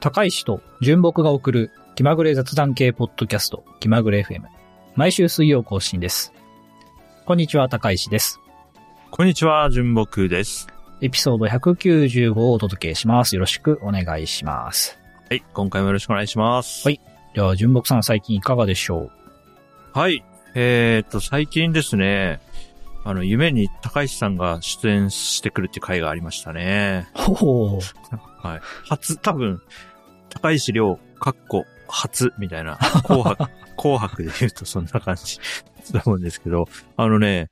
高石と純木が送る気まぐれ雑談系ポッドキャスト気まぐれ FM 毎週水曜更新ですこんにちは高石ですこんにちは、純木です。エピソード195をお届けしますよろしくお願いしますはい、今回もよろしくお願いします。はいでは純木さん最近いかがでしょうはい。えー、っと、最近ですね、あの、夢に高石さんが出演してくるっていう回がありましたね。ほうはい。初、多分、高石亮、かっこ、初、みたいな、 紅白、紅白で言うとそんな感じ だと思うんですけど、あのね、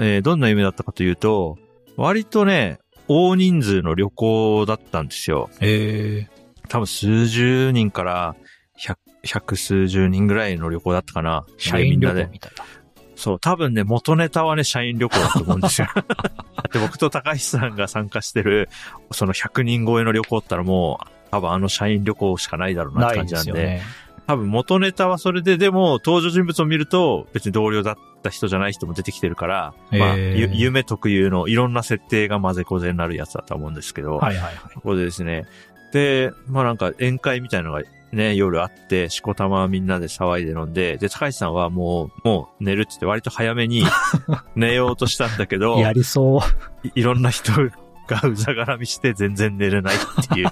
えーどんな夢だったかというと、割とね、大人数の旅行だったんですよ。え多分数十人から百、百数十人ぐらいの旅行だったかな。ー、社員旅みんな行で。みたいなそう、多分ね、元ネタはね、社員旅行だと思うん ですよ。で、僕と高橋さんが参加してる、その100人超えの旅行ったらもう、多分あの社員旅行しかないだろうなってない感じでなんすで。よね多分元ネタはそれで、でも登場人物を見ると、別に同僚だった人じゃない人も出てきてるから、まあ、えーゆ夢特有のいろんな設定が混ぜこぜになるやつだと思うんですけど。はいはいはいここでですね。で、まあなんか宴会みたいのがね、夜あって、しこたまみんなで騒いで飲んで、で、高橋さんはもう、もう寝るって言って割と早めに寝ようとしたんだけど、やいりそう。いろんな人がうざがらみして全然寝れないっていう。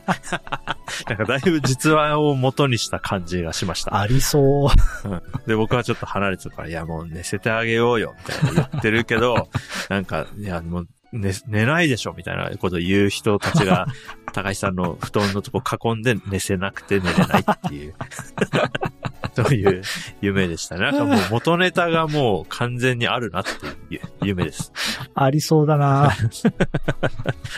なんかだいぶ実話を元にした感じがしました。ありそう。で、僕はちょっと離れてたから、いやもう寝せてあげようよ、みたいな言ってるけ ど、なんか、いやもう寝、寝ないでしょ、みたいなことを言う人たち が、高橋さんの布団のとこ囲んで寝せなくて寝れないっていう、 そういう夢でしたね。なんかもう元ネタがもう完全にあるなっていう夢です。ありそうだな。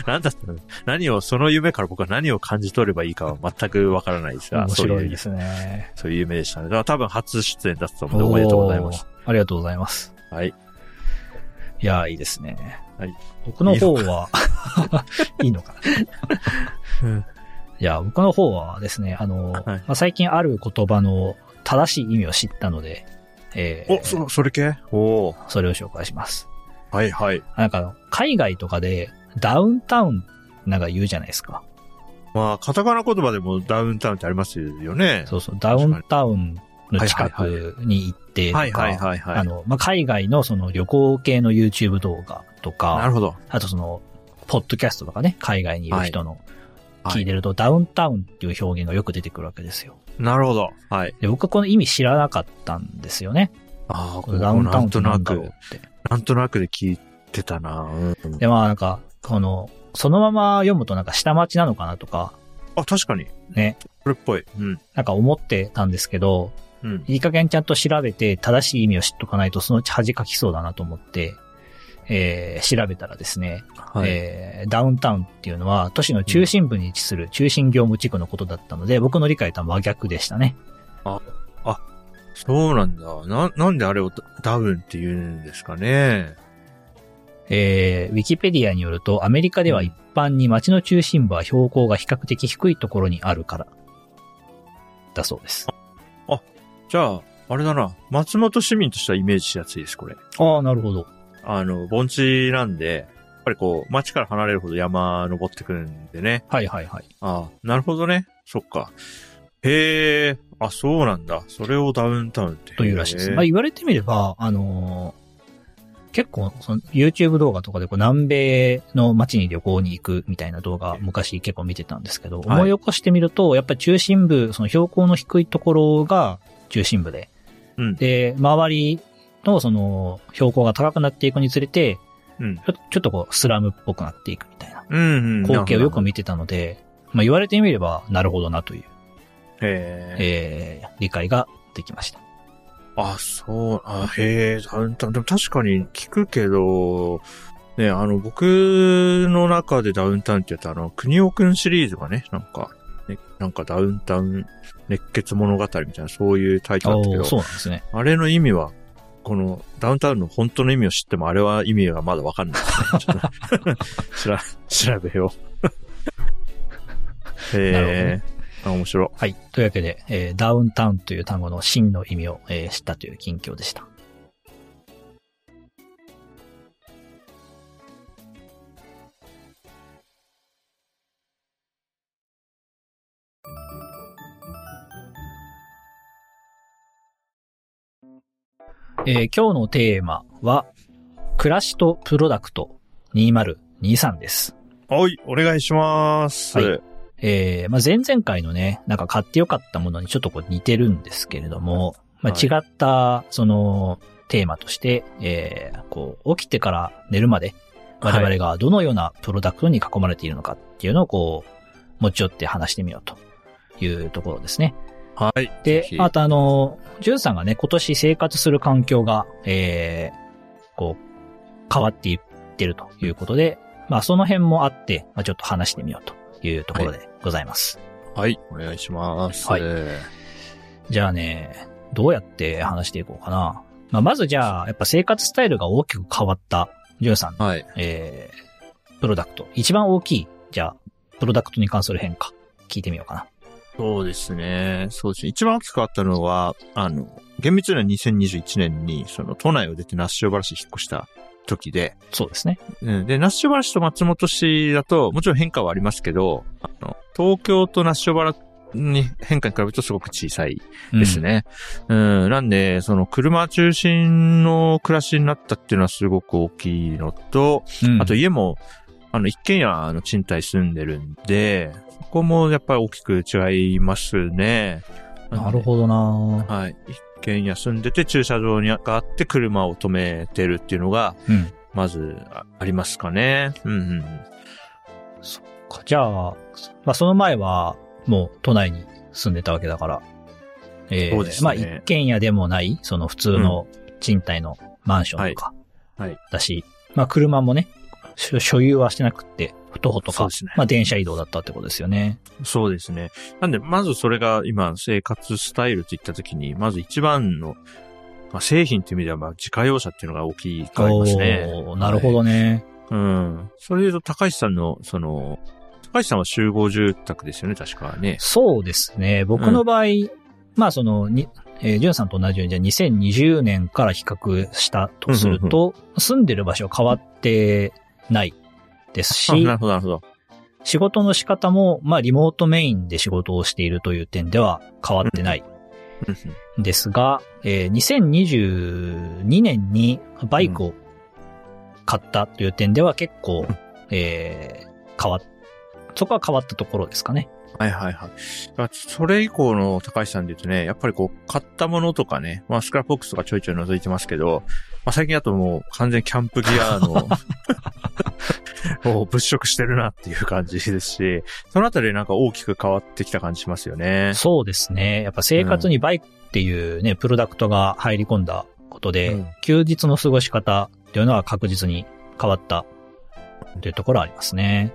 なんだったの何を、その夢から僕は何を感じ取ればいいかは全くわからないですが、面白いそでうう。すね。そういう夢でしたね。だから多分初出演だったのでおめでとうございます。おー。ありがとうございます。はい。いやー、いいですね。はい。僕の方は、い いのかな。うんいや、僕の方はですね、あの、はいまあ、最近ある言葉の正しい意味を知ったので、えーお、そ、それ系おーそれを紹介します。はいはい。なんかあの、海外とかでダウンタウンなんか言うじゃないですか。まあ、カタカナ言葉でもダウンタウンってありますよね。そうそう、ダウンタウンの近はいはくに行ってとはいはいか、はいはあい。の、まあ、海外のその旅行系の YouTube 動画となか、るほど。あとその、ポッドキャストとかね、海外にいる人のはい聞いてると、ダウンタウンっていう表現がよく出てくるわけですよ。なるほど。はい。で、僕はこの意味知らなかったんですよね。ああ、これダウンタなウンんってとななんだろうっく、て。なんとなくで聞いてたな。うんで、まあなんか、この、そのまま読むとなんか下町なのかなとか、あ、確かに。ね、これっぽい。うん。なんか思ってたんですけど、うん。いい加減ちゃんと調べて正しい意味を知っとかないとそのうち恥かきそうだなと思って、えー、調べたらですね、はい。えーダウンタウンっていうのは都市の中心部に位置する中心業務地区のことだったので、僕の理解とは真逆でしたね。そうなんだ。な、なんであれをダウンって言うんですかね。えーウィキペディアによると、アメリカでは一般に街の中心部は標高が比較的低いところにあるから、だそうです。じゃあ、あれだな。松本市民としてはイメージしやすいです、これ。ああ、なるほど。あの、盆地なんで、やっぱりこう、町から離れるほど山登ってくるんでね。はいはいはい。ああ、なるほどね。そっか。へえ、あ、そうなんだ。それをダウンタウンって。というらしいです。へえまあ言われてみれば、あのー結構、その YouTube 動画とかでこう南米の街に旅行に行くみたいな動画、昔結構見てたんですけど、はい思い起こしてみると、やっぱり中心部、その標高の低いところが中心部で、うんで、周りのその標高が高くなっていくにつれて、うんちょちょっとこうスラムっぽくなっていくみたいなうん、うん。光景をよく見見てたので、まあ言われてみれば、なるほどなという、へええ。ー理解ができました。あ、そう、あ、へえ、ダウンタウン。でも確かに聞くけど、ね、あの、僕の中でダウンタウンって言ったあの、国尾くんシリーズがね、なんか、ね、なんかダウンタウン熱血物語みたいな、そういうタイトルだったけおどー、そうなんですね。あれの意味は、このダウンタウンの本当の意味を知っても、あれは意味がまだわかん ないですね。ちょっとしら調べよ う。なるほどへねえ、あ面白い。はい。というわけで、えーダウンタウンという単語の真の意味を、えー知ったという近況でした。えー今日のテーマは、暮らしとプロダクト2023です。はい、お願いします。はえーまあ、前々回のね、なんか買ってよかったものにちょっとこう似てるんですけれども、まあ、はい違った、その、テーマとして、えーこう、起きてから寝るまで、我々がどのようなプロダクトに囲まれているのかっていうのをこう、持ち寄って話してみようというところですね。はい。ぜでひ、あとあの、ジュンさんがね、今年生活する環境が、えー、こう、変わっていってるということで、まあその辺もあって、まあちょっと話してみようというところでございます。はい、お願いします。はいはじゃあね、どうやって話していこうかな。まあまずじゃあ、やっぱ生活スタイルが大きく変わった、ジュンさん、い。えー、プロダクト。一番大きい、じゃあ、プロダクトに関する変化、聞いてみようかな。そうですね。そうですね。一番大きく変わったのは、あの、厳密には2021年に、その、都内を出て那須塩原市に引っ越した時で、そうですね。うん、で、那須塩原市と松本市だと、もちろん変化はありますけど、あの、東京と那須塩原に変化に比べるとすごく小さいですね。うん、なんで、その、車中心の暮らしになったっていうのはすごく大きいのと、うん。うんあと家も、あの、一軒家の賃貸住んでるんで、ここもやっぱり大きく違いますね。なるほどなど。はい。一軒家住んでて駐車場にがあって車を止めてるっていうのが、うん。まずあありますかね。うんうんうん。かじゃあ、まあその前は、もう都内に住んでたわけだから、えーそうですねまあ一軒家でもない、その普通の賃貸のマンションとか、はいはいだし、まあ車もね、所所有はしてなくって、徒歩とそか、うですねまあ電車移動だったってことですよね。そうですね。なんで、まずそれが今、生活スタイルといったときに、まず一番の、まあ、製品っていう意味では、まあ、自家用車っていうのが大きい変わりますね。おーなるほどね。うん。それで言うと、高橋さんの、その、高橋さんは集合住宅ですよね、確かね。そうですね。僕の場合、まあその、に、えー、ジュンさんと同じように、じゃあ2020年から比較したとすると、住んでる場所変わってないですあしな、るほど、なるほど。仕事の仕方も、まあリモートメインで仕事をしているという点では変わってないうんんですが、えー2022年にバイクを買ったという点では結構、えー変わっ、そこは変わったところですかね。はいはいはい。だからそれ以降の高橋さんで言うとね、やっぱりこう、買ったものとかね、まあ、スクラップボックスとかちょいちょい覗いてますけど、まあ、最近だともう完全にキャンプギア の、を物色してるなっていう感じですし、そのあたりでなんか大きく変わってきた感じしますよね。そうですね。やっぱ生活にバイクっていうね、プロダクトが入り込んだことで、うん休日の過ごし方っていうのは確実に変わったというところはありますね。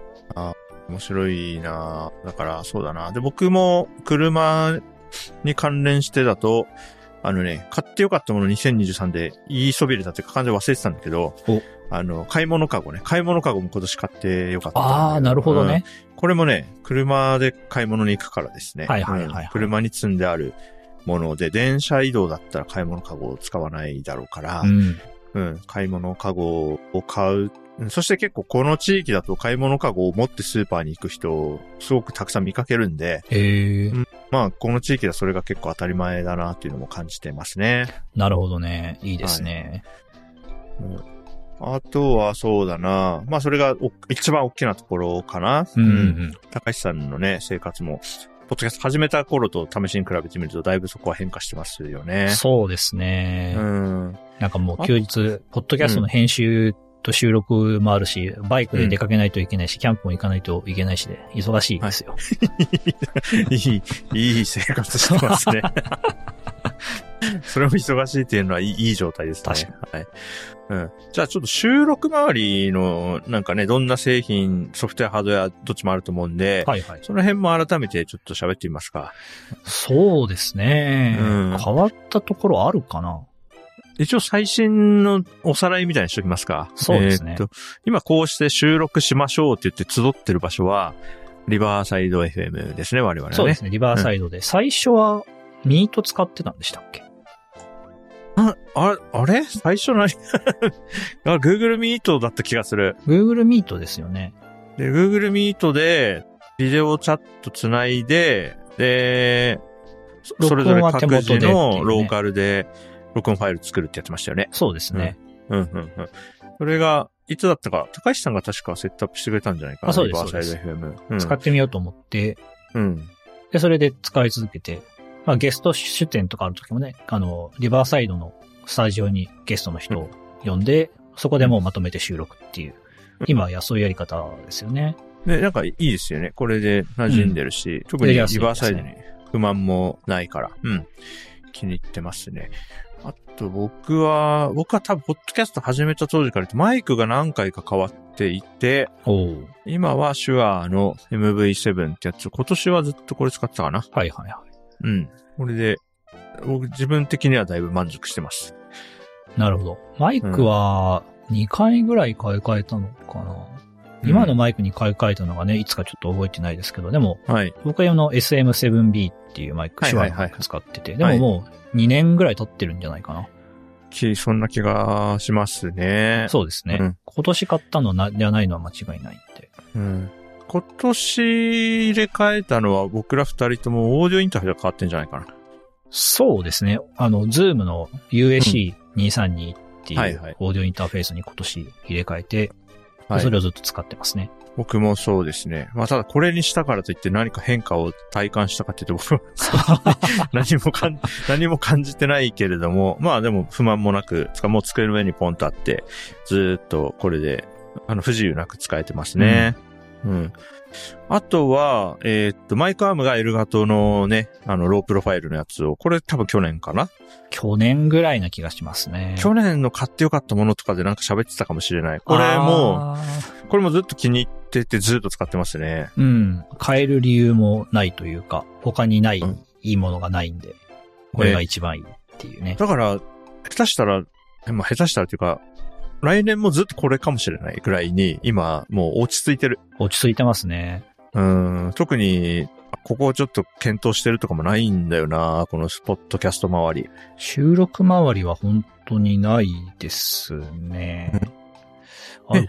面白いなぁだから、そうだなで、僕も車に関連してだと、あのね、買ってよかったもの2023で言いそびれたっていうか完全に忘れてたんだけどお、あの、買い物カゴね。買い物カゴも今年買ってよかったんだけど。ああ、なるほどね。うん。これもね、車で買い物に行くからですね。はいはいはいはいうん車に積んであるもので、電車移動だったら買い物カゴを使わないだろうから、うん。うん、買い物カゴを買う。うんそして結構この地域だと買い物カゴを持ってスーパーに行く人をすごくたくさん見かけるんで、へえう、んまあこの地域ではそれが結構当たり前だなっていうのも感じてますね。なるほどね。いいですね。あとはそうだな。まあそれがお一番大きなところかな。うんうん高橋さんのね、生活も、ポッドキャスト始めた頃と試しに比べてみるとだいぶそこは変化してますようん。ね。そうですね。うん。なんかもう休日、ポッドキャストの編集と収録もあるし、バイクで出かけないといけないし、キャンプも行かないといけないしで、忙しいですよ。いい、いい生活してます ね。それも忙しいっていうのはいいいい状態ですね。はい。うん。じゃあちょっと収録周りのなんかね、どんな製品、ソフトウェア、ハードウェア、どっちもあると思うんで、はいはい。その辺も改めてちょっと喋ってみますか。そうですね。うん変わったところあるかな一応最新のおさらいみたいにしときますか。そうですねえーっと、今こうして収録しましょうって言って集ってる場所は、リバーサイド FM ですね、我々はね。そうですね、リバーサイドで。最初は、ミート使ってたんでしたっけあ、ああれ最初何 あ、Google Meet だった気がする。 ?Google Meet ですよね。で、Google Meet で、ビデオチャットつないで、で、そそれぞれ録音は手各元で自っていうねのローカルで、録音ファイル作るってやってましたよね。そうですね。うん、うん、うん。それが、いつだったか、高橋さんが確かセットアップしてくれたんじゃないかな。あそうですリバーサイド FM。うん、使ってみようと思って、うん。で、それで使い続けて、まあゲスト出演とかある時もね、あの、リバーサイドのスタジオにゲストの人を呼んで、そこでもうまとめて収録っていう。今やそういうやり方ですよね。ね、なんかいいですよね。これで馴染んでるし、特にリバーサイドに不満もないから、うん。気に入ってますね。あと僕は、僕は多分、ポッドキャスト始めた当時から言ってマイクが何回か変わっていて、おお今はシュアーの MV7 ってやつ、今年はずっとこれ使ってたかな。はいはいはうん。これで、僕自分的にはだいぶ満足してます。い。なるほど。マイクは2回ぐらい買い替えたのかな。今のマイクに買い替えたのがね、いつかちょっと覚えてないですけど、でも、うん、はい。僕はあの SM7B っていうマイク、はい手は話いはのマいイク使ってて、はいでももう2年ぐらい経ってるんじゃないかな。きそんな気がしますね。そうですね。うん今年買ったのなではないのは間違いないんで。うん今年入れ替えたのは僕ら二人ともオーディオインターフェースが変わってんじゃないかな。そうですね。あの、ズームの UAC232 っていはいはいうオーディオインターフェースに今年入れ替えて、はいそれをずっと使ってますね。僕もそうですね。まあただこれにしたからといって何か変化を体感したかって言って僕は 何もかん、何も感じてないけれども、まあでも不満もなく、つかもう机の上にポンとあって、ずーっとこれで、あの不自由なく使えてますね。うん。あとは、えーっと、マイクアームがエルガトのね、あの、ロープロファイルのやつを、これ多分去年かな去年ぐらいな気がしますね。去年の買ってよかったものとかでなんか喋ってたかもしれない。これも、あーこれもずっと気に入っててずっと使ってますね。うん。変える理由もないというか、他にない、うんいいものがないんで、これが一番いいっていうね。だから、下手したら、まあ下手したらというか、来年もずっとこれかもしれないぐらいに、今、もう落ち着いてる。落ち着いてますね。うん、特に、ここをちょっと検討してるとかもないんだよな、このスポットキャスト周り。収録周りは本当にないですね。あえ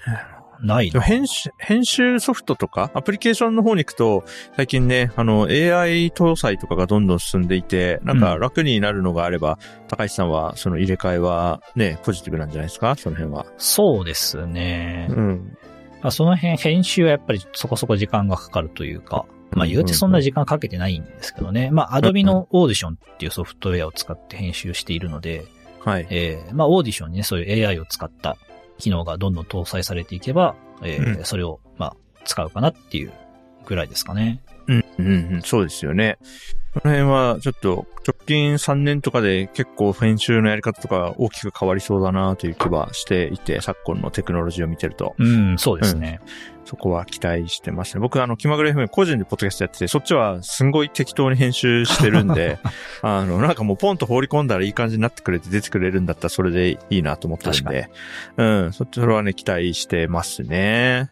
ないでもな。編集、編集ソフトとか、アプリケーションの方に行くと、最近ね、あの、AI 搭載とかがどんどん進んでいて、なんかうん楽になるのがあれば、高橋さんは、その入れ替えは、ね、ポジティブなんじゃないですかその辺は。そうですね。うん。まあ、その辺、編集はやっぱりそこそこ時間がかかるというか、まあ言うてそんな時間かけてないんですけどね。まあ Adobe のオーディションっていうソフトウェアを使って編集しているので、はい。えーまあオーディションにね、そういう AI を使った機能がどんどん搭載されていけば、えーうそれを、まあ使うかなっていうぐらいですかね。うん、うん、うん、そうですよね。この辺は、ちょっと、直近3年とかで結構編集のやり方とか大きく変わりそうだなという気はしていて、昨今のテクノロジーを見てると。うん、そうですね。そこは期待してますね。僕、あの、気まぐれ FM 個人でポッドキャストやってて、そっちはすんごい適当に編集してるん で、あの、なんかもうポンと放り込んだらいい感じになってくれて出てくれるんだったらそれでいいなと思ってるんで、うん、そっちそれはね、期待してますね。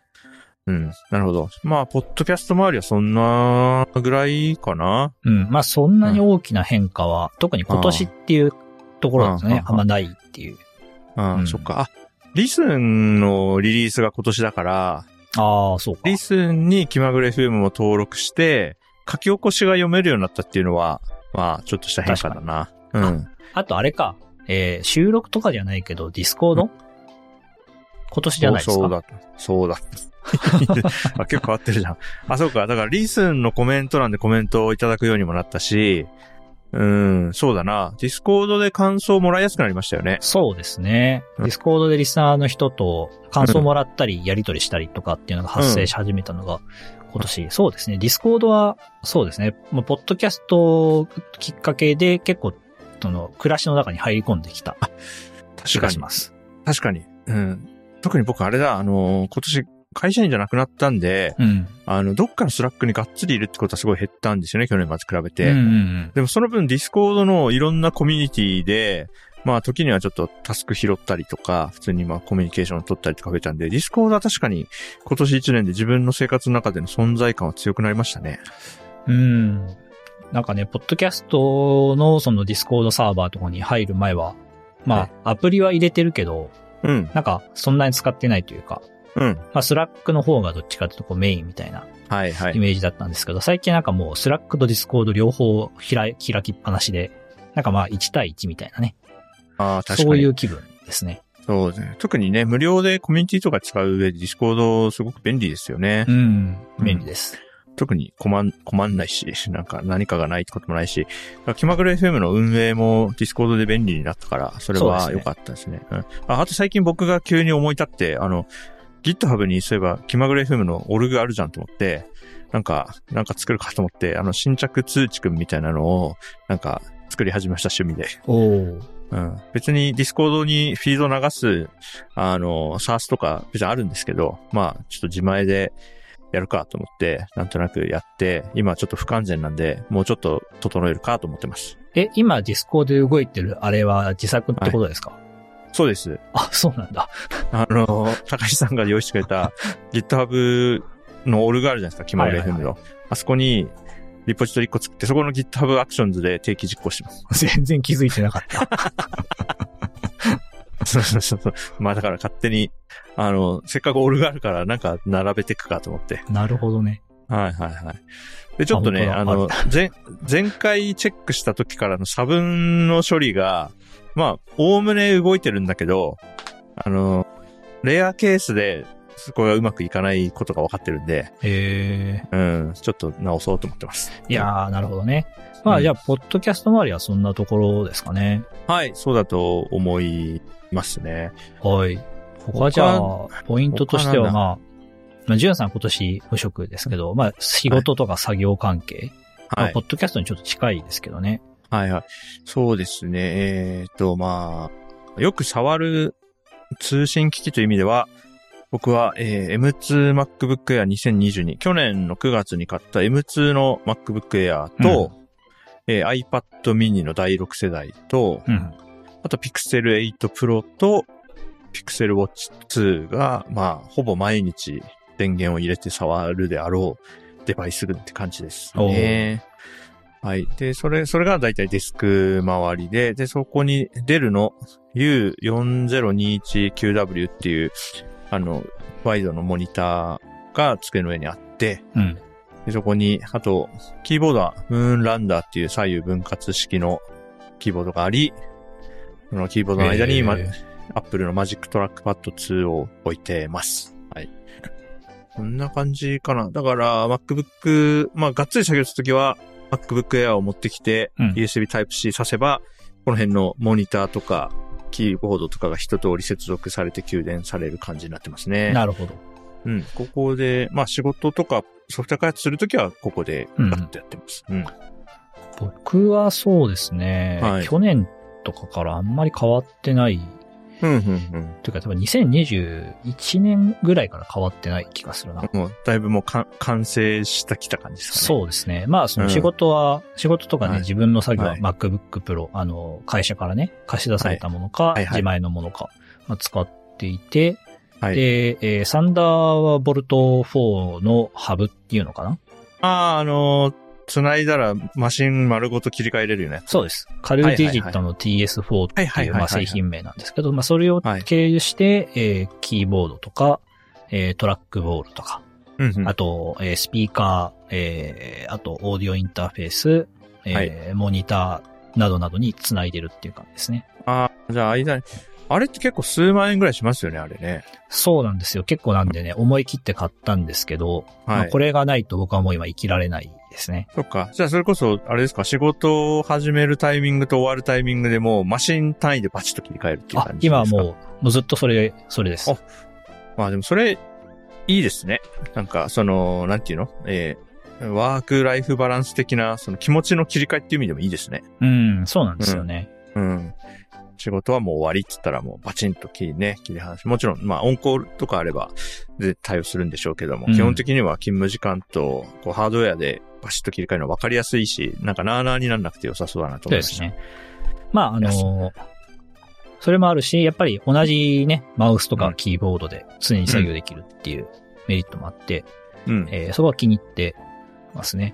うん、なるほど。まあ、ポッドキャスト周りはそんなぐらいかな。うん。まあ、そんなに大きな変化は、特に今年っていうところなんですね。あああんまないっていう。うん、うんそっか。あ、リスンのリリースが今年だから、ああ、そうか。リスンに気まぐれ FM も登録して、書き起こしが読めるようになったっていうのは、まあ、ちょっとした変化だな。うん。あと、あれか。えー収録とかじゃないけど、ディスコード、今年じゃないですそうか。だ。そうだ。 あ結構変わってるじゃん。あ、そうか。だから、リスンのコメント欄でコメントをいただくようにもなったし、うん、そうだな。ディスコードで感想もらいやすくなりましたよね。そうですね。うデんィスコードでリスナーの人と感想もらったり、やり取りしたりとかっていうのが発生し始めたのが今年。そうですね。ディスコードは、そうですね。まあ、ポッドキャストきっかけで結構、その、暮らしの中に入り込んできた気確かがにし。ます。確かに。うん。特に僕、あれだ、あのー今年、会社員じゃなくなったんで、うん。あの、どっかのスラックにがっつりいるってことはすごい減ったんですよね、去年まで比べて。うんうんうん。でもその分ディスコードのいろんなコミュニティで、まあ時にはちょっとタスク拾ったりとか、普通にまあコミュニケーションを取ったりとか増えたんで、ディスコードは確かに今年1年で自分の生活の中での存在感は強くなりましたね。うん。なんかね、ポッドキャストのそのディスコードサーバーとかに入る前は、まあ、はいアプリは入れてるけど、うん、なんかそんなに使ってないというか、うん。まあ、スラックの方がどっちかっていうとこうメインみたいなはいはイい。メージだったんですけど、最近なんかもうスラックとディスコード両方開い開きっぱなしで、なんかまあ1対1みたいなね、ああ、確そかういに。う気分ですね。そうですね。特にね、無料でコミュニティとか使う上で、ディスコードすごく便利ですよね。うん。便利です。特に困ん、困んないし、なんか何かがないってこともないし、気まぐれ FM の運営もディスコードで便利になったから、それそうはですね良かったですね。うんああと最近僕が急に思い立って、あの、GitHub にそういえば気まぐれ FM のオルグあるじゃんと思って、なんか、なんか作るかと思って、あの、新着通知くんみたいなのを、なんか、作り始めました、趣味で。おお。うん。別にディスコードにフィード流す、あの、サースとか別にあるんですけど、まあ、ちょっと自前でやるかと思って、なんとなくやって、今ちょっと不完全なんで、もうちょっと整えるかと思ってます。え、今ディスコードで動いてるあれは自作ってことですか、そうです。あ、そうなんだ。あの、高橋さんが用意してくれた GitHub のオルがあるじゃないですか、決まるはいはい FM の。あそこに、リポジトリ1個作って、そこの GitHub アクションズで定期実行してます。 全然気づいてなかった。そうそうそうそう。まあだから勝手に、あの、せっかくオルがあるから、なんか並べていくかと思って。なるほどね。はいはいはい。で、ちょっとね、ああの本当、前、前回チェックした時からの差分の処理が、まあ、おおむね動いてるんだけど、あの、レアケースで、そこがうまくいかないことが分かってるんで、へえ。うん、ちょっと直そうと思ってます。いやー、なるほどね。まうあ、んじゃあ、ポッドキャスト周りはそんなところですかね。はい、そうだと思いますね。はい。他はじゃあ、ポイントとしては他まあ、まあ、ジュンさん今年無職ですけど、まあ、仕事とか作業関係、まはあいポ。ッドキャストにちょっと近いですけどね。はいはい。そうですね。えっ、と、まあ、よく触る通信機器という意味では、僕は、えー M2 MacBook Air 2022、去年の9月に買った M2 の MacBook Air と、えー iPad mini の第6世代と、うん。あと Pixel 8 Pro と Pixel Watch 2が、まあ、ほぼ毎日電源を入れて触るであろうデバイス群って感じですね。はい。で、それ、それがだいたいデスク周りで、で、そこにデルの U4021QW っていう、あの、ワイドのモニターが机の上にあって、うん。で、そこに、あと、キーボードは、ムーンランダーっていう左右分割式のキーボードがあり、そのキーボードの間に、ま、えーアップルのマジックトラックパッド2を置いてます。はい。こんな感じかな。だから、MacBook、まあ、がっつり作業するときは、MacBook Air を持ってきて、うん USB Type-C させば、この辺のモニターとか、キーボードとかが一通り接続されて給電される感じになってますね。なるほど。うん、ここで、まあ仕事とかソフトウェア開発するときはここでうんガッとやってます。うん。僕はそうですね、はい去年とかからあんまり変わってない、うん、うん、というか多分2021年ぐらいから変わってない気がするな。うん。もうだいぶもうか完成したきた感じですかね。う。そうですね。まあ、そのうん仕事は、仕事とかね、はい自分の作業ははい MacBook Pro、あの、会社からね、貸し出されたものか、いはいはい自前のものか、まあ、使っていて、はいで、えーサンダーはボルト4のハブっていうのかなああ、あのー繋いだらマシン丸ごと切り替えれるよね。そうです。カルディジットの TS4 ってはいはいいはう、いまあ、製品名なんですけど、まあ、それを経由して、えーキーボードとか、えートラックボールとか、うん、うん。あと、えースピーカー、えーあと、オーディオインターフェース、えーはいモニターなどなどにつないでるっていう感じですね。あーじゃあ間に、あれって結構数万円ぐらいしますよね、あれね。そうなんですよ。結構なんでね、思い切って買ったんですけど、まはあい。これがないと僕はもう今生きられないですね。そっか。じゃあそれこそ、あれですか、仕事を始めるタイミングと終わるタイミングでもうマシン単位でバチッと切り替えるっていうあ感、じですか今はもう、もうずっとそれ、それですあ。まあでもそれ、いいですね。なんか、その、なんていうのえーワークライフバランス的な、その気持ちの切り替えっていう意味でもいいですね。うん、そうなんですよね。うん。仕事はもう終わりって言ったらもうバチンと切りね、切り離し。もちろん、まあオンコールとかあれば、で対応するんでしょうけども、うん基本的には勤務時間と、こうハードウェアでバシッと切り替えるの分かりやすいし、なんかなーなーにならなくて良さそうだなとそう思いでましすた。ね。まあ、あのーそれもあるし、やっぱり同じね、マウスとかキーボードで常に作業できるっていうメリットもあって、うん。えーそこは気に入ってますね。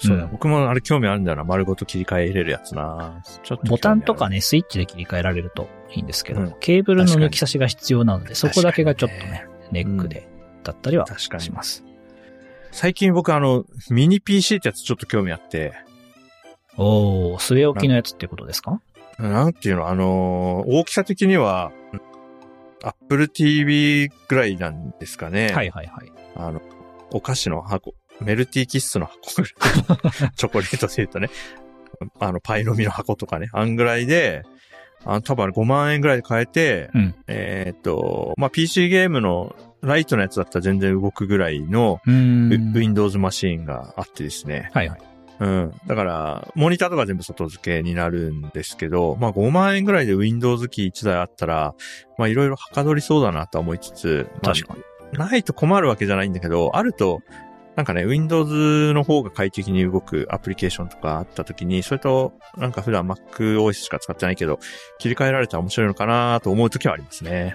そうだ、うん僕もあれ興味あるんだよな。丸ごと切り替えれるやつな。ちょっと興味あるボタンとかね、スイッチで切り替えられるといいんですけど、うんケーブルの抜き差しが必要なので、そこだけがちょっとね、ネかにッねクで、だったりは確かにします。最近僕あの、ミニ PC ってやつちょっと興味あって、おー、据え置きのやつっていうことですかなんていうの、あのー大きさ的には、Apple TV ぐらいなんですかね。はいはいはい。あの、お菓子の箱、メルティーキッスの箱ぐらい。 チョコレートで言うとね。あの、パイの実の箱とかね。あんぐらいで、あの、多分あれ5万円ぐらいで買えて、うんえーっと、まあ、PC ゲームのライトのやつだったら全然動くぐらいの、うーウん。 Windows マシーンがあってですね。はいはい。うん。だから、モニターとか全部外付けになるんですけど、まあ5万円ぐらいで Windows キー1台あったら、まあいろいろはかどりそうだなとは思いつつ、まあ確かに。ないと困るわけじゃないんだけど、あると、なんかね、Windows の方が快適に動くアプリケーションとかあった時に、それと、なんか普段 MacOS しか使ってないけど、切り替えられたら面白いのかなと思う時はありますね。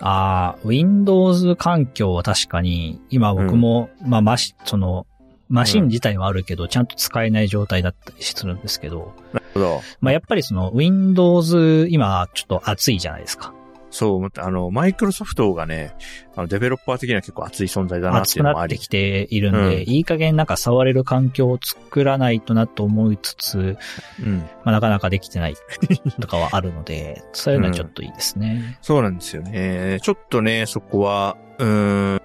ああ、Windows 環境は確かに、今僕も、まあ、マシ、その、マシン自体はあるけど、ちゃんと使えない状態だったりするんですけど、なるほど。まあ、やっぱりその、Windows、今、ちょっと熱いじゃないですか。そう、あの、マイクロソフトがね、あの、デベロッパー的には結構熱い存在だなって熱くいうのもなあってりき。ているんで、うんいい加減なんか触れる環境を作らないとなと思いつつ、うん。まあ、なかなかできてない とかはあるので、そういうのはちょっといいですね。そうなんですよね。ちょっとね、そこは、うーん。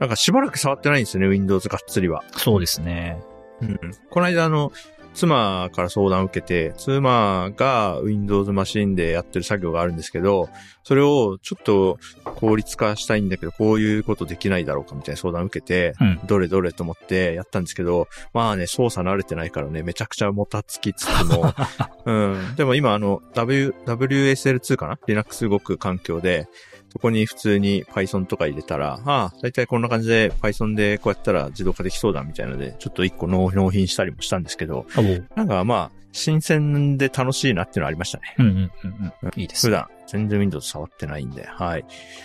なんかしばらく触ってないんですよね、Windows がっつりは。そうですね。うん。この間、あの、妻から相談を受けて、妻が Windows マシンでやってる作業があるんですけど、それをちょっと効率化したいんだけど、こういうことできないだろうかみたいな相談を受けて、うんどれどれと思ってやったんですけど、まあね、操作慣れてないからね、めちゃくちゃもたつきつつも、うん。でも今あの、W、WSL2 かな ?Linux 動く環境で、そこに普通に Python とか入れたら、ああ、だいたいこんな感じで Python でこうやったら自動化できそうだみたいなので、ちょっと一個納納品したりもしたんですけど、おうなんかまあ、新鮮で楽しいなっていうのはありましたね。うんうんうんうん。いいです普。段、全然 Windows 触ってないんで、はい。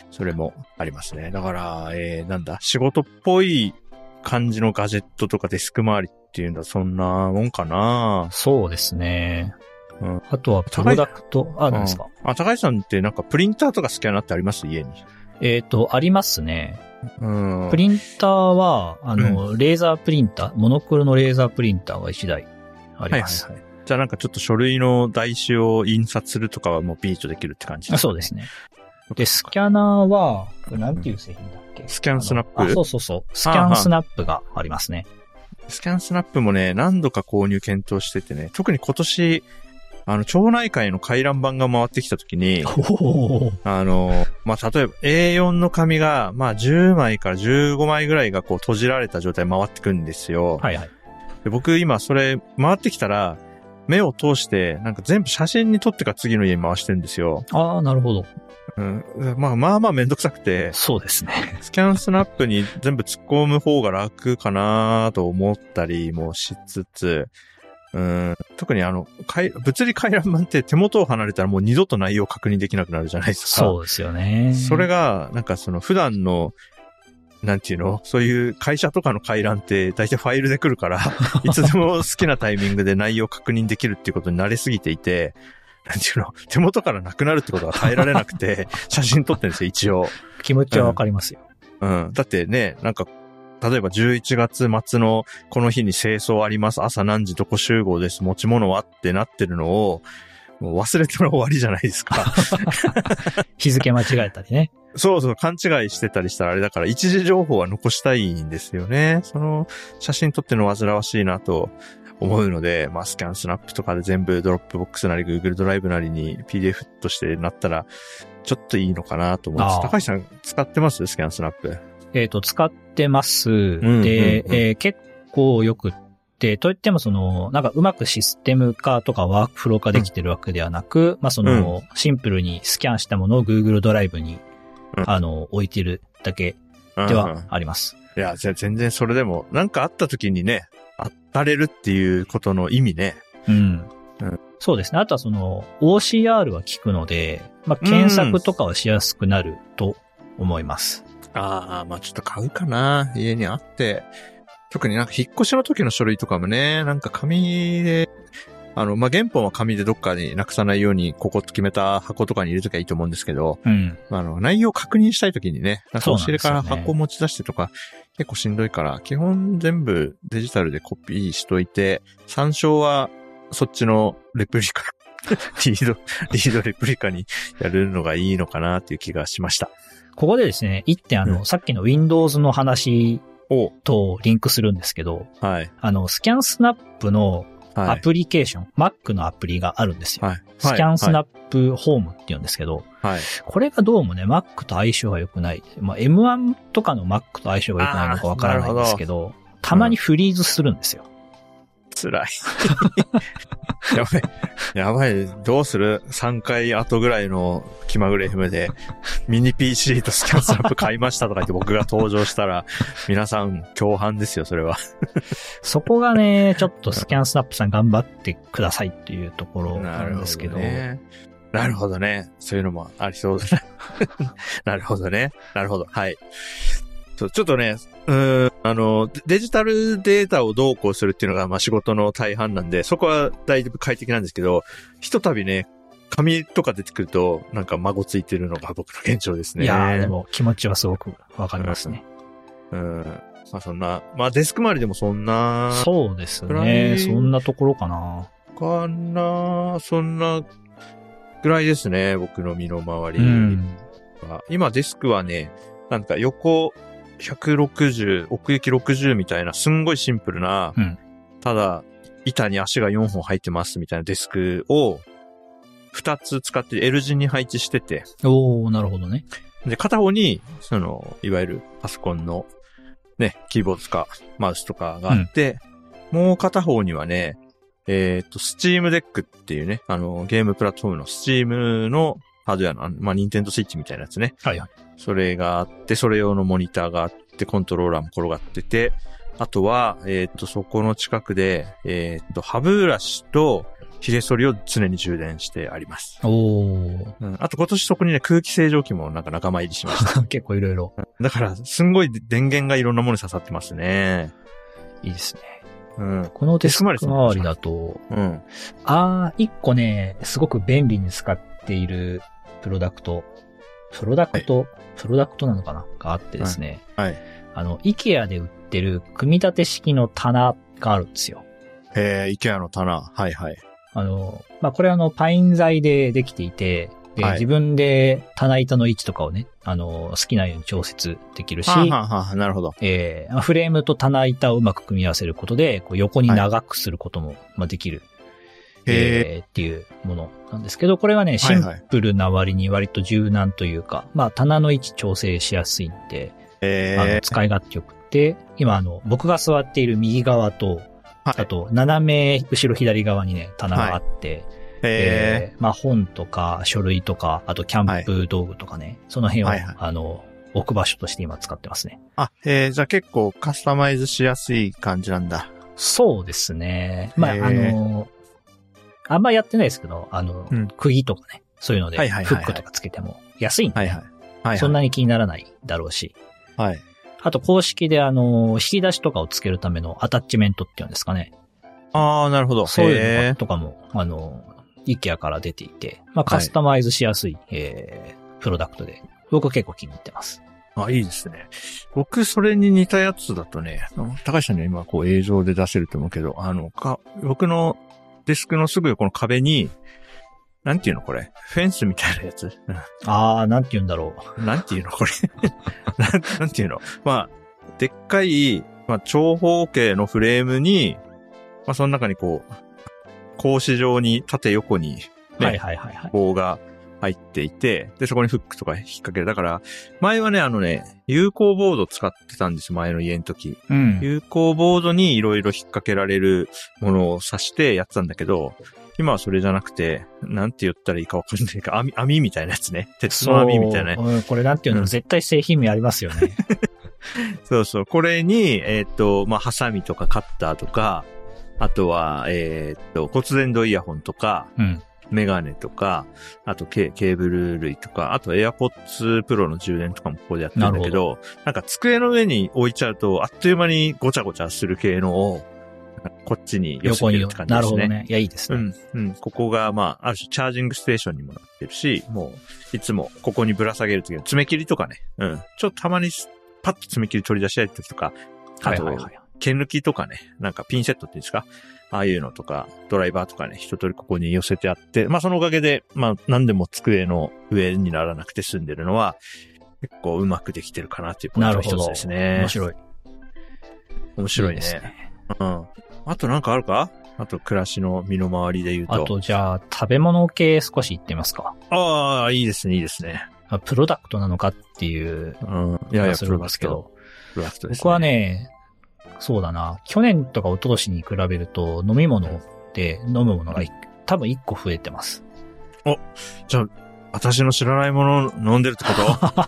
それもありますね。だから、えー、なんだ、仕事っぽい感じのガジェットとかデスク周りっていうんだ、そんなもんかなそうですね。うんあとは、プロダクト、あ、なんですか、うんあ、高橋さんってなんかプリンターとかスキャナーってあります家に。えっ、と、ありますね。うん。プリンターは、あの、レーザープリンター、モノクロのレーザープリンターが1台あります。はいはいはい。じゃあなんかちょっと書類の台紙を印刷するとかはもうビートできるって感じあそうですね。で、スキャナーは、これなんていう製品だっけスキャンスナップあのあそうそうそう。スキャンスナップがありますね。スキャンスナップもね、何度か購入検討しててね、特に今年、あの、町内会の回覧板が回ってきた時に、おーあの、まあ、例えば A4 の紙が、まあ、10枚から15枚ぐらいがこう閉じられた状態で回ってくんですよ。はいはい。で僕今それ回ってきたら、目を通して、なんか全部写真に撮ってから次の家に回してるんですよ。ああ、なるほど。うん。まあまあまあめんどくさくて、そうですね。スキャンスナップに全部突っ込む方が楽かなと思ったりもしつつ、うん、特にあの、回物理回覧板って手元を離れたらもう二度と内容を確認できなくなるじゃないですか。そうですよね。それが、なんかその普段の、なんていうのそういう会社とかの回覧って大体ファイルで来るから、いつでも好きなタイミングで内容を確認できるっていうことに慣れすぎていて、なんていうの手元からなくなるってことが耐えられなくて、写真撮ってるんですよ、一応。気持ちはわかりますよ。うん。だってね、なんか、例えば11月末のこの日に清掃あります。朝何時どこ集合です。持ち物はってなってるのを、もう忘れたら終わりじゃないですか。日付間違えたりね。 そうそう、勘違いしてたりしたらあれだから、一時情報は残したいんですよね。その、写真撮ってるの煩わしいなと思うので、まあ、スキャンスナップとかで全部ドロップボックスなり Google ドライブなりに PDF としてなったら、ちょっといいのかなと思います。あー高橋さん、使ってますスキャンスナップ。えっ、と、使ってます。で、んうんえー結構よくって、といってもその、なんかうまくシステム化とかワークフロー化できてるわけではなく、まあその、シンプルにスキャンしたものを Google ドライブに、うんあの、置いてるだけうんではあります。いや、ぜ全然それでも、なんかあった時にね、あったれるっていうことの意味ね。うん。うんそうですね。あとはその、OCR は効くので、まあ検索とかはしやすくなると思います。ああ、まあちょっと買うかな。家にあって。特になんか引っ越しの時の書類とかもね、なんか紙で、あの、まあ、原本は紙でどっかになくさないように、ここ決めた箱とかに入れときゃいいと思うんですけど、うん。まあ、あの、内容を確認したい時にね、なんかそう押なしん入でれすかよねら箱持ち出してとか、結構しんどいから、基本全部デジタルでコピーしといて、参照はそっちのレプリカ リード、リードレプリカにやるのがいいのかなっていう気がしました。ここでですね、一点あの、うんさっきの Windows の話おとリンクするんですけど、はい。あの、スキャンスナップのはアい。プリケーション、Mac のアプリがあるんですよ。はい。スキャンスナッップホームって言うんですけど、プ。はい。これがどうもね、Mac と相性が良くない。まあ、M1 とかの Mac と相性が良くないのかわからないんですけど、たまにフリーズするんですよ。辛い。 やばい。やばい。どうする ?3 回後ぐらいの気まぐれ FM で、ミニ PC とスキャンスラップ買いましたとか言って僕が登場したら、皆さん共犯ですよ、それは。そこが ね、ちょっとスキャンスナップさん頑張ってくださいっていうところなんですけど、ね。なるほどね。そういうのもありそうだ な。なるほどね。なるほど。はい。そうちょっとね、うーん、あの、デデジタルデータをどうこうするっていうのが、まあ、仕事の大半なんで、そこはだいぶ快適なんですけど、ひとたびね、紙とか出てくると、なんか孫ついてるのが僕の現状ですね。いやー、でも気持ちはすごくわかりますね。うん。まあ、そんな、まあ、デスク周りでもそんな、そうです暗ね。いそんなところかな。かな、そんな、ぐらいですね、僕の身の回り。うん。は今デスクはね、なんか横160、奥行き60みたいな、すんごいシンプルな、うんただ、板に足が4本入ってますみたいなデスクを、2つ使って L 字に配置してて、おー、なるほどね。で、片方に、その、いわゆるパソコンの、ね、キーボードとか、マウスとかがあって、もう片方にはね、えっ、と、スチームデックっていうね、あの、ゲームプラットフォームのスチームのハードウェアの、あのまあ、ニンテンドスイッチみたいなやつね。はいはい。それがあって、それ用のモニターがあって、コントローラーも転がってて、あとは、えーっと、そこの近くで、えーっと、歯ブラシとヒレ剃りを常に充電してあります。おー、うん、あと今年そこにね、空気清浄機もなんか仲間入りしました。結構いろいろだから、すんごい電源がいろんなものに刺さってますね。いいですね。うん。このデスク周りだと、うん。あー、一個ね、すごく便利に使っているプロダクト、プロダクト、プロダクトなのかながあってですね。はいはいあの、IKEA で売ってる組み立て式の棚があるんですよ。えー、IKEA の棚。はいはい。あの、まあ、これあの、パイン材でできていて、で、はい自分で棚板の位置とかをね、あの、好きなように調節できるし、はあ、はあはあ、なるほど。えーまあフレームと棚板をうまく組み合わせることで、こう横に長くすることも、まあできる、へえ。えーっていうものなんですけど、これはね、シはいンはいプルな割に割と柔軟というか、まあ棚の位置調整しやすいんで、えあーの、使い勝手よくって、今あの、僕が座っている右側と、はいあと、斜め後ろ左側にね、棚があって、ええーまあ本とか書類とか、あとキャンプ道具とかね、その辺を、はいはいあの、置く場所として今使ってますね。ー、あ、えー、じゃあ結構カスタマイズしやすい感じなんだ。そうですね。まあ、へあーの、あんまやってないですけど、あの、うん釘とかね、そういうので、はいはいはいフはいックとかつけても安いんで、はいはい。はい、はい。そんなに気にならないだろうし、はい。あと公式であの、引き出しとかをつけるためのアタッチメントっていうんですかね。ああ、なるほど。そういうへのーとかも、あの、IKEA から出ていて、まあ、カスタマイズしやすい、えー、プロダクトで、僕結構気に入ってます。あ、いいですね。僕、それに似たやつだとね、あの高橋さんには今、こう映像で出せると思うけど、あの、か、僕のデスクのすぐ横の壁に、なんていうのこれフェンスみたいなやつあー、なんて言うんだろなんていうのこれ なんなんていうのまあ、でっかい、まあ、長方形のフレームに、まあ、その中にこう、格子状に縦横にう。ねはいはいはいはい。棒が入っていて、で、そこにフックとか引っ掛ける。だから、前はね、あのね、有効ボード使ってたんですよ、前の家の時。うん。有効ボードにいろいろ引っ掛けられるものを刺してやってたんだけど、今はそれじゃなくて、なんて言ったらいいかわかんないか、網、網みたいなやつね。鉄の網みたいなね。そううんこれなんていうの、うん絶対製品名ありますよ ね。そうそう。これに、えーっ、と、まあ、ハサミとかカッターとか、あとは、えーっ、と、骨伝導イヤホンとか、うん。メガネとか、あとケケーブル類とか、あと AirPods Pro の充電とかもここでやってるんだけど、なるなんか机の上に置いちゃうと、あっという間にごちゃごちゃする系のを、こっちに寄せ横てにるって感じなでるすほどね。ね。いや、いいですうね。ん、うん。ここが、まあ、ある種、チャージングステーションにもなってるし、もう、いつも、ここにぶら下げるときの爪切りとかね、うん。ちょっとたまに、パッと爪切り取り出したいときとか、あと、はいはいはい。毛抜きとかね、なんかピンセットっていうんですかああいうのとか、ドライバーとかね、一通りここに寄せてあって、まあそのおかげで、まあ何でも机の上にならなくて済んでるのは、結構うまくできてるかなっていうポインなトるほの一つど。ですね。面白い。面白いね。ね。うん。あとなんかあるかあと暮らしの身の回りで言うあと。と、じゃあ、食べ物系少し言ってみますか。ああ、いいですね、いいですね。あプロダクトなのかっていううん。い気やいがや、するプロんダですクけト。ど、プロダクトです、ね。僕は、ね、そうだな、去年とか一昨年に比べると飲み物で飲むものがい多分1個増えてます。じゃあ、私の知らないものを飲んでるってこ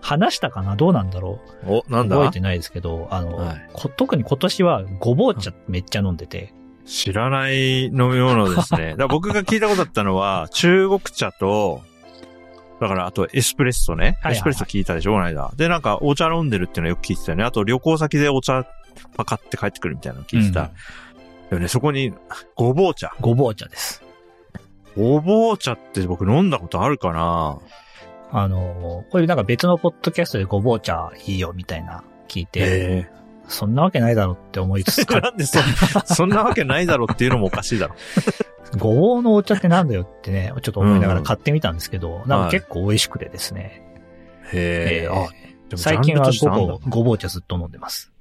話したかなどうなんだろと お、なうんだ覚えてないですけど、あの、はいこ特に今年はごぼう茶めっちゃ飲んでて、知らない飲み物で すね。だから僕が聞いたことあったのは、中国茶と、だからあとエスプレッソね。はいはいはいエスプレッソ聞いたでしょ、この間。で、なんかお茶飲んでるっていうのはよく聞いてたよね。あと旅行先でお茶パカって帰ってくるみたいなの聞いてうんた。よね、そこに、ごぼう茶。ごぼう茶です。ごぼう茶って僕飲んだことあるかなあの、これなんか別のポッドキャストでごぼう茶いいよみたいな聞いて、えそんなわけないだろうって思いつつえ なんでそ、そんなわけないだろっていうのもおかしいだろ。ごぼうのお茶ってなんだよってね、ちょっと思いながら買ってみたんですけど、なんはかい結構美味しくてですね。えへえーあ、でも最近はジャンルとしてなごんだぼう、ごぼう茶ずっと飲んでます。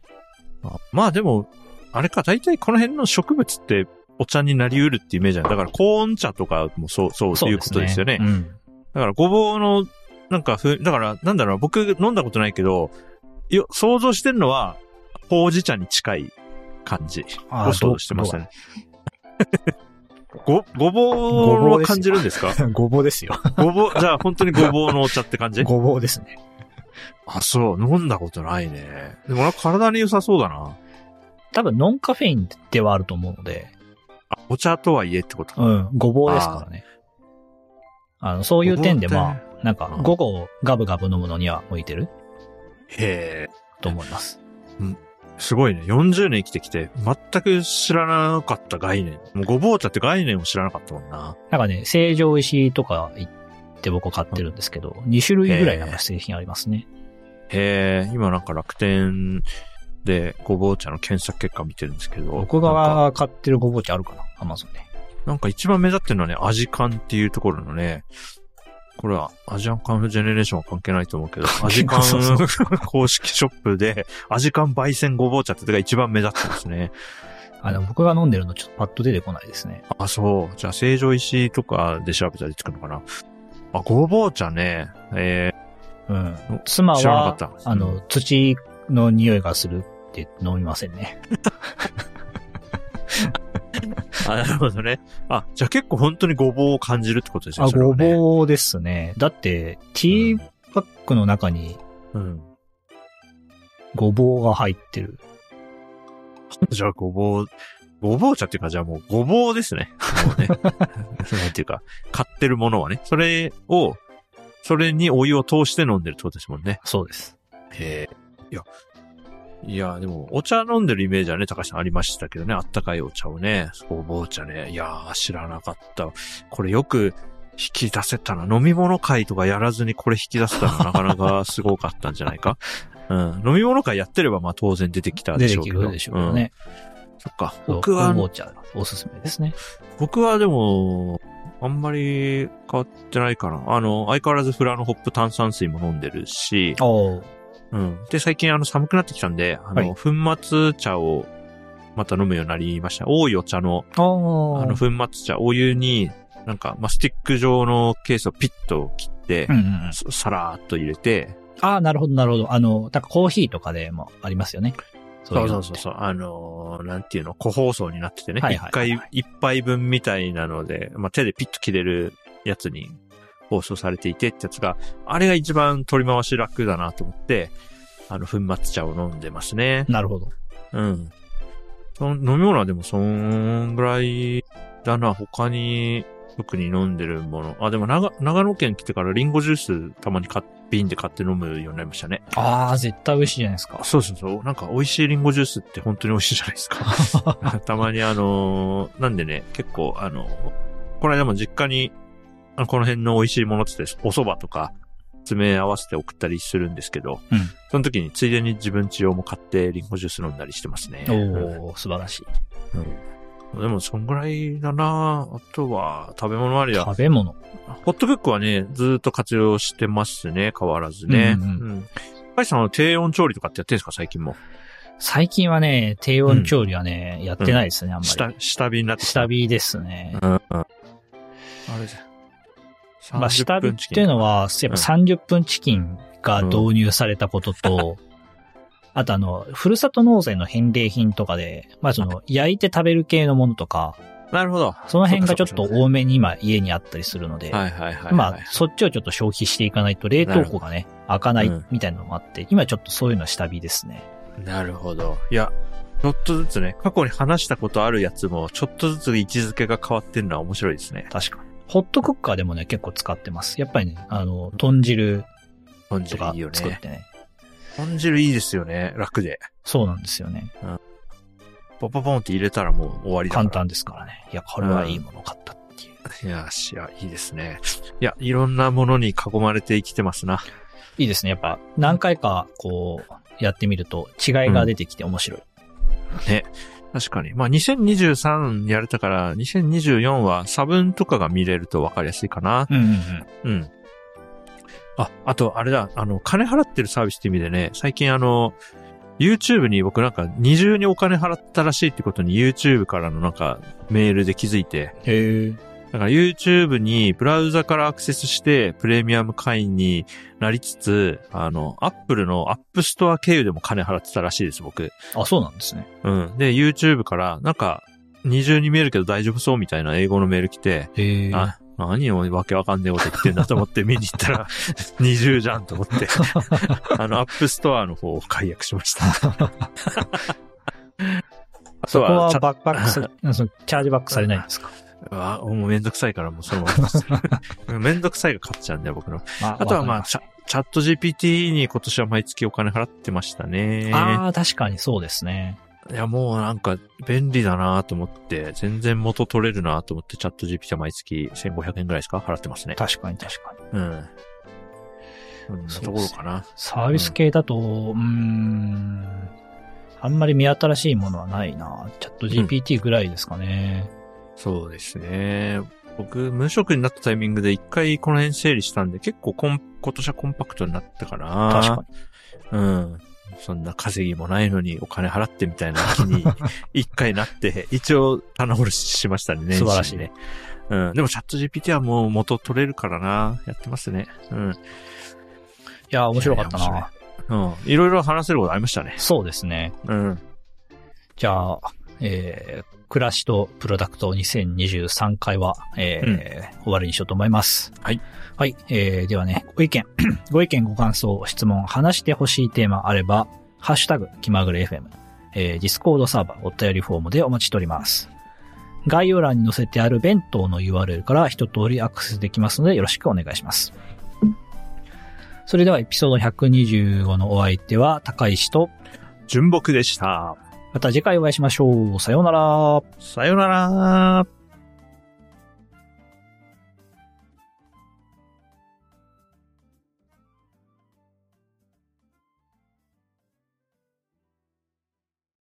あまあでも、あれか、大体この辺の植物ってお茶になりうるってイメージなんだだからコーン茶とかもそう、そうということですよね。うん。だからごぼうの、なんかふ、だからなんだろうな、僕飲んだことないけど、よ、想像してるのは、ほうじ茶に近い感じあーを想像してましたね。ご、 ごぼうは感じるんですか ごぼうですよ。ごぼう、 じゃあ本当にごぼうのお茶って感じごぼうですね。あ、そう、飲んだことないね。でもなんか体に良さそうだな。多分ノンカフェインではあると思うので、あお茶とはいえってことか。うん、ごぼうですからね。あの、そういう点でごぼうまってあ、なんかうん午後ガブガブ飲むのには向いてるへえ。と思います。すごいね。40年生きてきて、全く知らなかった概念。もうごぼう茶って概念も知らなかったもんな。なんかね、成城石井とか行って僕買ってるんですけど、2種類ぐらいなんか製品ありますね。へえ、今なんか楽天でごぼう茶の検索結果見てるんですけど。僕なんかが買ってるごぼう茶あるかなアマゾンで。なんか一番目立ってるのはね、アジカンっていうところのね、これはアジアンカンフジェネレーションは関係ないと思うけど、アジカンそうそう公式ショップで、アジカン焙煎ごぼう茶ってのが一番目立ってますね。あ、でも僕が飲んでるのちょっとパッと出てこないですね。あ、そう。じゃあ、成城石井とかで調べたら出てくるのかな。あ、ごぼう茶ね。えうん。妻知らなはかっ、たあの、土の匂いがするって飲みませんね。 ー、あ、なるほどね。あ、じゃあ結構本当にごぼうを感じるってことですね。あ、それごはねぼうですね。だって、ティーバッグの中にうん。ごぼうが入ってる。じゃあ、ごぼう、ごぼう茶っていうか、じゃあもうごぼうですね。も うね。なんていうか、買ってるものはね。それを、それにお湯を通して飲んでるってことですもんね。そうです。へえ。いや。いや、でも、お茶飲んでるイメージはね、高橋さんありましたけどね、あったかいお茶をね、ごぼう茶ね。いやー、知らなかった。これよく引き出せたな。飲み物会とかやらずにこれ引き出せた のなかなかすごかったんじゃないか。うん。飲み物会やってれば、まあ当然出てきたで出してょうけきど。るでしょうけどね。うん。そっか。そう僕ごはぼ、う茶、おすすめですね。僕はでも、あんまり変わってないかな。あの、相変わらずフラのホップ炭酸水も飲んでるし、おううん。で、最近あの寒くなってきたんで、あの、粉末茶をまた飲むようになりました。多いお茶の、ああのの、粉末茶、お湯に、なんか、まあ、スティック状のケースをピッと切ってうん、うんうん。ささらーっと入れて、ああ、なるほど、なるほど。あの、なんかコーヒーとかでもありますよね。いのってそう。あのーなんていうの、個包装になっててね。はい一はいはいはい回、一杯分みたいなので、まあ、手でピッと切れるやつに包装されていてってやつが、あれが一番取り回し楽だなと思って、あの、粉末茶を飲んでますね。なるほど。うん。その飲み物はでもそんぐらいだな。他に特に飲んでるもの。あ、でも長長野県来てからリンゴジュースたまに買っ瓶で買って飲むようになりましたね。ああ、絶対美味しいじゃないですかあ。そうそうそう。なんか美味しいリンゴジュースって本当に美味しいじゃないです か。たまにあのーなんでね、結構あのーこの間も実家に、あのこの辺の美味しいものって言って、お蕎麦とか、説明合わせて送ったりするんですけど、うんその時についでに自分治療も買ってリンゴジュース飲んだりしてますね。おー、素晴らしい。うんでも、そんぐらいだなあとは、食べ物周りは、食べ物。ホットブックはね、ずーっと活用してますね、変わらずね。ううんんうカイさんは低温調理とかってやってるんですか、最近も。最近はね、低温調理はね、やってないですね、あんま下り。、下火になってきた下。火ですね。うん、うん。あれじゃん。まあ、下火っていうのは、は、やっぱ30分チキンが導入されたことと、あとあの、ふるさと納税の返礼品とかで、まあその、焼いて食べる系のものとか、なるほど。その辺がちょっとそうかそうか多めに今家にあったりするので、はいはいはいはい。まあ、そっちをちょっと消費していかないと冷凍庫がね、開かないうんみたいなのもあって、今ちょっとそういうの下火ですね。なるほど。いや、ちょっとずつね、過去に話したことあるやつも、ちょっとずつ位置づけが変わってるのは面白いですね。確か。ホットクッカーでもね、結構使ってます。やっぱりね、あの、豚汁豚と汁かいいよ作っね。てね。豚汁いいですよね。楽で。そうなんですよね。ポポポンって入れたらもう終わりだから簡。単ですからね。いや、これはいいものを買ったっていう。いや、しや、いいですね。いや、いろんなものに囲まれて生きてますな。いいですね。やっぱ、何回か、こう、やってみると、違いが出てきて面白い。確かに。まあ、2023やれたから、2024は差分とかが見れると分かりやすいかな。うん、うん、うんうん。あ、あと、あれだ、あの、金払ってるサービスって意味でね、最近あの、YouTube に僕なんか二重にお金払ったらしいってことに YouTube からのなんかメールで気づいて、へえ。だから YouTube にブラウザからアクセスしてプレミアム会員になりつつ、あの、Apple の App Store 経由でも金払ってたらしいです、僕。あ、そうなんですね。うん。で、YouTube からなんか二重に見えるけど大丈夫そうみたいな英語のメール来て、へえ。あ、何をわけわかんねえこと言ってんだと 思って見に行ったら、20じゃんと思って、あの、アップストアの方を解約しました。 あそとこはチャバックバック すそのチャージバックされないんですかあもうめんどくさいからもうそのま ま。めんどくさいが勝っちゃうんだよ、僕の。あとはまあ、チャチャット GPT に今年は毎月お金払ってましたね。ああー、確かにそうですね。いや、もうなんか便利だなと思って、全然元取れるなと思ってチャット GPT は毎月1500円ぐらいですか払ってますね。確かに確かに。うん。そんなところかな。サービス系だと、うーん、あんまり見新しいものはないな。チャット GPT ぐらいですかね。そうですね。僕、無職になったタイミングで一回この辺整理したんで、結構コン今年はコンパクトになったかな。確かに。うん。そんな稼ぎもないのにお金払ってみた いな気に一回なって、一応棚卸ししましたね。年始素に晴らしいね。うん。でもチャット GPT はもう元取れるからな。やってますね。うん。に。いや、面白かったいやいや面な。うん。いろいろ話せることありましたね。そうですね。うん。じゃあ、えー、暮らしとプロダクト2023回は、えー終わりにしようと思います。はい。はい。えー、ではね、ご意見、 ご意見、ご感想、質問、話してほしいテーマあれば、ハッシュタグ、気まぐれ FM、えー、ディスコードサーバー、お便りフォームでお待ちしております。概要欄に載せてある弁当の URL から一通りアクセスできますので、よろしくお願いします。それではエピソード125のお相手は、高石と、純木でした。また次回お会いしましょう。さようなら。さよなら。